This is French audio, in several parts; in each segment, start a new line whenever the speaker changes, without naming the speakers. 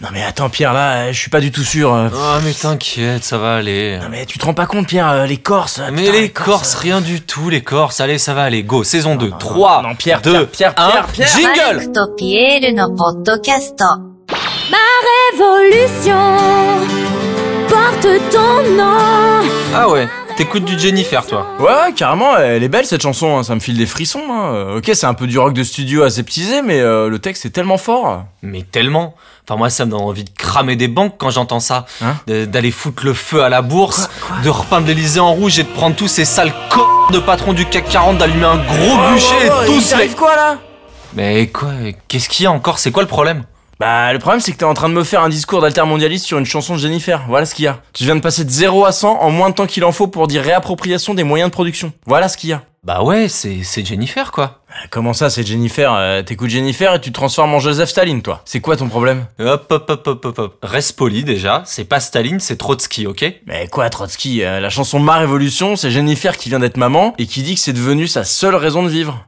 Non mais attends Pierre, là, euh, je suis pas du tout sûr. euh.
Ah, mais t'inquiète, ça va aller.
Non mais tu te rends pas compte Pierre, euh, les Corses. euh,
Mais
putain,
les Corses,
euh.
rien du tout, les Corses. Allez, ça va aller, go. Saison 2,
non,
3,
non, Pierre,
2,
Pierre, Pierre,
1,
Pierre,
jingle
Mike to Pierre no podcast.
Révolution porte ton nom.
Ah ouais, t'écoutes du Jennifer, toi.
Ouais, carrément, elle est belle cette chanson, hein, ça me file des frissons. hein. Euh, Ok, c'est un peu du rock de studio aseptisé, mais euh, le texte est tellement fort.
Mais tellement. Enfin, moi, ça me donne envie de cramer des banques quand j'entends ça.
Hein
De- D'aller foutre le feu à la bourse, de repeindre l'Elysée en rouge et de prendre tous ces sales c*** de patrons du CAC 40, d'allumer un gros
Oh,
bûcher et tous les...
quoi là
Mais quoi Qu'est-ce qu'il y a encore C'est quoi le problème
Bah, le problème, c'est que t'es en train de me faire un discours d'altermondialiste sur une chanson de Jennifer. Voilà ce qu'il y a. Tu viens de passer de 0 à 100 en moins de temps qu'il en faut pour dire réappropriation des moyens de production. Voilà ce qu'il y a.
Bah ouais, c'est c'est Jennifer, quoi.
Euh, Comment ça, c'est Jennifer euh, T'écoutes Jennifer et tu te transformes en Joseph Staline, toi. C'est quoi ton problème
Hop, hop, hop, hop, hop, hop. Reste poli déjà, c'est pas Staline, c'est Trotsky, ok
Mais quoi, Trotsky euh, La chanson Ma Révolution, c'est Jennifer qui vient d'être maman et qui dit que c'est devenu sa seule raison de vivre.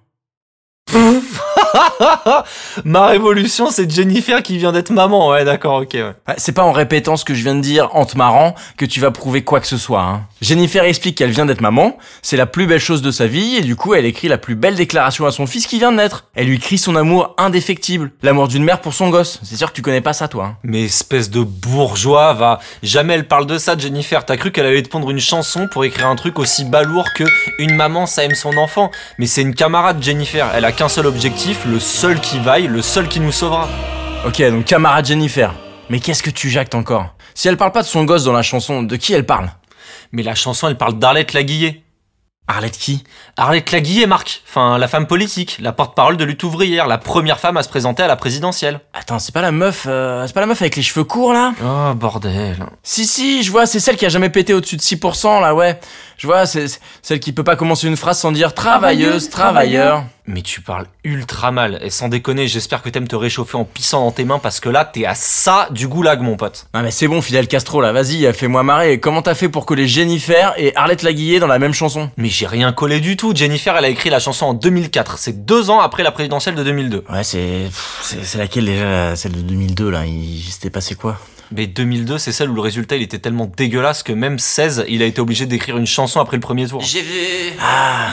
Ma révolution, c'est Jennifer qui vient d'être maman, ouais, d'accord, ok, ouais.
Ouais, Bah, C'est pas en répétant ce que je viens de dire en te marrant que tu vas prouver quoi que ce soit. Hein. Jennifer explique qu'elle vient d'être maman, c'est la plus belle chose de sa vie, et du coup elle écrit la plus belle déclaration à son fils qui vient de naître. Elle lui crie son amour indéfectible, l'amour d'une mère pour son gosse. C'est sûr que tu connais pas ça toi. hein.
Mais espèce de bourgeois, va. Jamais elle parle de ça, Jennifer. T'as cru qu'elle allait te pondre une chanson pour écrire un truc aussi balourd que une maman, ça aime son enfant. Mais c'est une camarade, Jennifer. Elle a qu'un seul objectif, le seul qui vaille, le seul qui nous sauvera.
Ok, donc camarade Jennifer. Mais qu'est-ce que tu jactes encore Si elle parle pas de son gosse dans la chanson, de qui elle parle
Mais la chanson, elle parle d'Arlette Laguillet.
Arlette qui
Arlette Laguillet, Marc. Enfin, la femme politique, la porte-parole de lutte ouvrière, la première femme à se présenter à la présidentielle.
Attends, c'est pas la meuf, euh, c'est pas la meuf avec les cheveux courts là
Oh, bordel.
Si, si, je vois, c'est celle qui a jamais pété au-dessus de 6%, là, ouais. Je vois, c'est c'est celle qui peut pas commencer une phrase sans dire travailleuse, travailleur.
Mais tu parles ultra mal. Et sans déconner, j'espère que t'aimes te réchauffer en pissant dans tes mains parce que là, t'es à ça du goulag, mon pote.
Non, mais c'est bon, Fidel Castro, là, vas-y, fais-moi marrer. Comment t'as fait pour coller Jennifer et Arlette Laguillet dans la même chanson
Mais j'ai rien collé du tout. Jennifer, elle a écrit la chanson en 2004. C'est deux ans après la présidentielle de 2002.
Ouais, c'est. pff, C'est c'est laquelle déjà là, Celle de 2002, là Il s'était passé quoi
Mais 2002, c'est celle où le résultat, il était tellement dégueulasse que même 16, il a été obligé d'écrire une chanson après le premier tour.
J'ai vu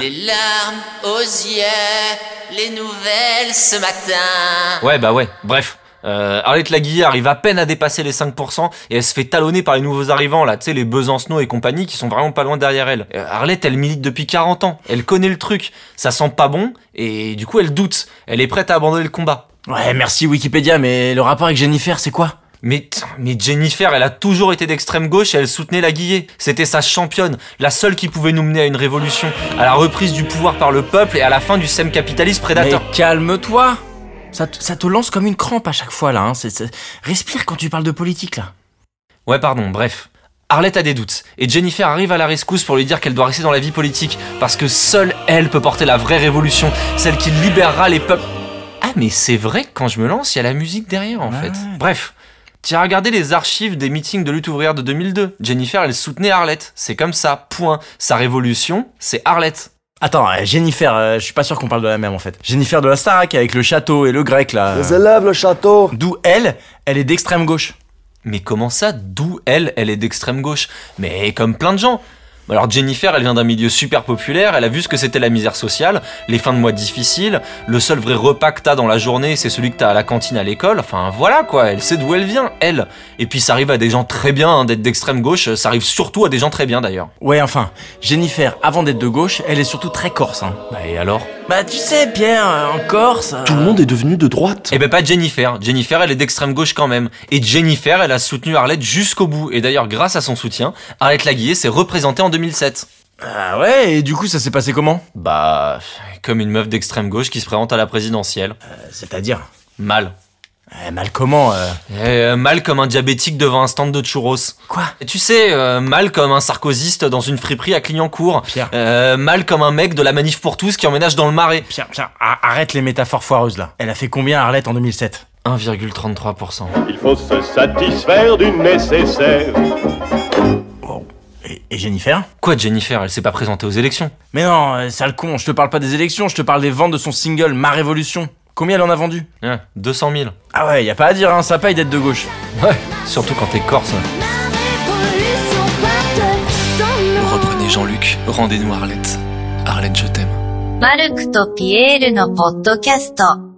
les larmes aux yeux, les nouvelles ce matin.
Ouais, bah ouais. Bref. Euh, Arlette Laguillard arrive à peine à dépasser les 5% et elle se fait talonner par les nouveaux arrivants là, tu sais les Besancenot et compagnie qui sont vraiment pas loin derrière elle. Euh, Arlette, elle milite depuis 40 ans, elle connaît le truc, ça sent pas bon et du coup elle doute, elle est prête à abandonner le combat.
Ouais, merci Wikipédia, mais le rapport avec Jennifer, c'est quoi
Mais, t- mais Jennifer, elle a toujours été d'extrême gauche et elle soutenait la Guillet. C'était sa championne, la seule qui pouvait nous mener à une révolution, à la reprise du pouvoir par le peuple et à la fin du sème capitaliste
Mais
prédateur.
calme-toi ça, te- ça te lance comme une crampe à chaque fois, là. Hein. c'est- c'est- Respire quand tu parles de politique, là.
Ouais, pardon, bref. Arlette a des doutes, et Jennifer arrive à la rescousse pour lui dire qu'elle doit rester dans la vie politique, parce que seule elle peut porter la vraie révolution, celle qui libérera les peuples. Ah, mais c'est vrai que quand je me lance, il y a la musique derrière, en
Ouais.
fait. Bref. Tiens, regardez les archives des meetings de lutte ouvrière de 2002. Jennifer, elle soutenait Arlette. C'est comme ça, point. Sa révolution, c'est Arlette.
Attends, euh, Jennifer, euh, je suis pas sûr qu'on parle de la même en fait. Jennifer de la Starac avec le château et le grec là.
Les élèves, le château.
D'où elle, elle est d'extrême gauche.
Mais comment ça, d'où elle, elle est d'extrême gauche Mais comme plein de gens alors Jennifer, elle vient d'un milieu super populaire, elle a vu ce que c'était la misère sociale, les fins de mois difficiles, le seul vrai repas que t'as dans la journée, c'est celui que t'as à la cantine à l'école, enfin voilà quoi, elle sait d'où elle vient, elle. Et puis ça arrive à des gens très bien hein, d'être d'extrême gauche, ça arrive surtout à des gens très bien d'ailleurs.
Ouais, enfin, Jennifer, avant d'être de gauche, elle est surtout très corse. Hein.
Bah et alors
Bah tu sais, Pierre, euh, en Corse.
Tout le monde est devenu de droite.
Eh ben pas Jennifer. Jennifer, elle est d'extrême gauche quand même. Et Jennifer, elle a soutenu Arlette jusqu'au bout. Et d'ailleurs, grâce à son soutien, Arlette Laguillet s'est représentée en 2007.
Ah ouais, et du coup ça s'est passé comment
Bah, comme une meuf d'extrême gauche qui se présente à la présidentielle.
Euh, C'est-à-dire
Mal.
Euh, Mal comment euh
Euh, mal comme un diabétique devant un stand de churros.
Quoi
Et tu sais, euh, mal comme un sarkozyste dans une friperie à Clignancourt.
Pierre.
Euh, mal comme un mec de la manif pour tous qui emménage dans le marais.
Pierre, Pierre, a- arrête les métaphores foireuses là. Elle a fait combien Arlette en 2007
1,33%.
Il faut se satisfaire du nécessaire.
et, et Jennifer
Quoi, Jennifer, elle s'est pas présentée aux élections
Mais non, euh, sale con, je te parle pas des élections, je te parle des ventes de son single Ma Révolution. Combien elle en a vendu
Hein, 200 000.
Ah ouais, y a pas à dire, hein, ça paye d'être de gauche.
Ouais, surtout quand t'es corse.
Ma révolution porte ton nom.
Reprenez Jean-Luc, rendez-nous Arlette. Arlette, je t'aime.
マルクとピエールのポッドキャスト